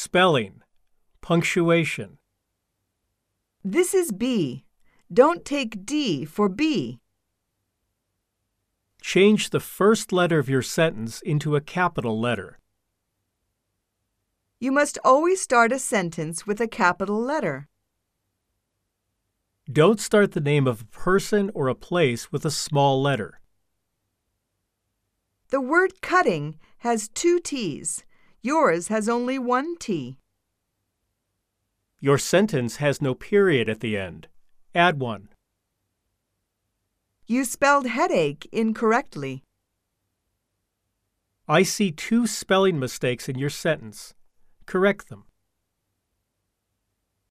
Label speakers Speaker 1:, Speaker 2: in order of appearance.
Speaker 1: Spelling, punctuation.
Speaker 2: This is B. Don't take D for B.
Speaker 1: Change the first letter of your sentence into a capital letter.
Speaker 2: You must always start a sentence with a capital letter.
Speaker 1: Don't start the name of a person or a place with a small letter.
Speaker 2: The word cutting has two T's. Yours has only one T.
Speaker 1: Your sentence has no period at the end. Add one.
Speaker 2: You spelled headache incorrectly.
Speaker 1: I see two spelling mistakes in your sentence. Correct them.